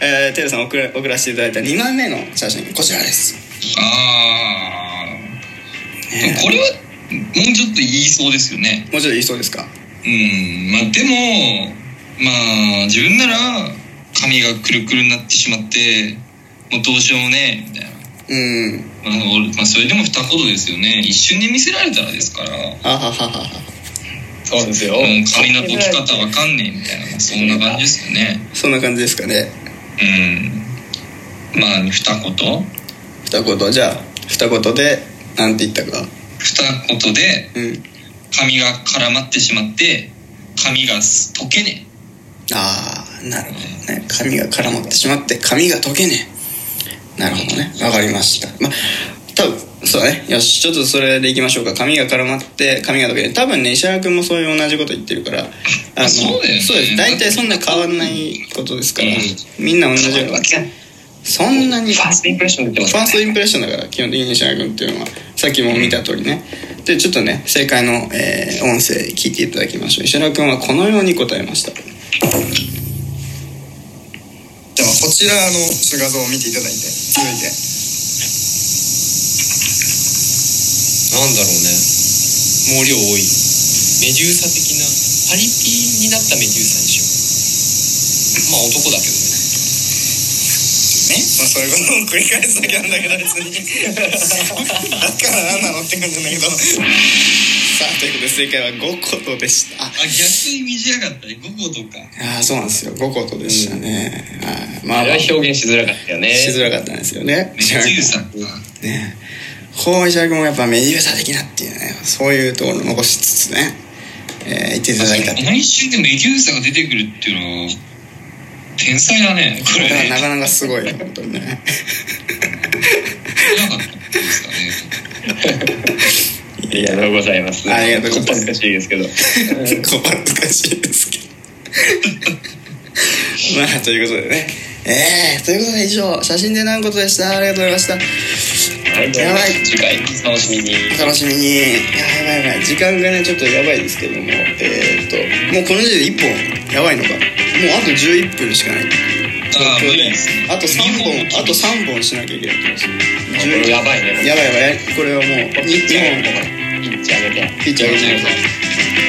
えー、テルさん送ら送らせていただいた2枚目の写真こちらです、あーでねもこれはもうちょっと言いそうですよねもうちょっと言いそうですかうんまあでもまあ自分なら髪がくるくるになってしまってもうどうしようもねえみたいな、うんまあ俺まあ、それでも二言ですよね一瞬で見せられたらですからもうあははははそうですよ髪の解き方わかんねえみたいな、まあそんな感じですよねそんな感じですかねうんまあ二言二言じゃあ二言でなんて言ったか二言でうん髪が絡まってしまって髪がす溶けねああなるほどね髪が絡まってしまって髪が溶けねえなるほどねわかりましたまあ多分そうだねよしちょっとそれでいきましょうか髪が絡まって髪が溶けねえ多分ね石原君もそういう同じこと言ってるからあのそうだよねそうです大体そんな変わんないことですから、うみんな同じようなそんなにファーストインプレッションで言ってフまァーすストインプレッションだから基本的に西原君っていうのはさっきも見た通りねでちょっとね正解の、えー音声聞いていただきましょう石原君はこのように答えましたではこちらの画像を見ていただいて続いてなんだろうね毛量多いメデューサ的なパリピになったメデューサにしようまあ男だけどねねまあそういうことを繰り返すだけなんだけど別にだから何なのって感じなんだけどさあということで正解は5ことでしたあえあ逆に短かったね5個とかあーそうなんですよ5ことでしたね、はいまああれは表現しづらかったよねしづらかったんですよねメデューサかねこう石原君もやっぱメデューサ的なっていうねそういうところを残しつつね、えー言っていただいたこの一瞬でメデューサが出てくるっていうのは天才だねこれねなかなかすごいね本当にねなかったですかねありがとうございますありがとうございますこっぱずかしいですけど小恥ずかしいですけどまあということでねえー、ということで以上写真で何ことでしたありがとうございましたはいどう やもばい次回お楽しみにお楽しみにいややばいやばい時間がねちょっとやばいですけどもえー、っともうこの時点で1本やばいのかもうあと11分しかないっていう状況あー無理でですねあと3二本本あと3本しなきゃいけないってことですやばいねやばいやばいこれはもう2ピッチャー本ピッチャー上げてピッチャー上げてください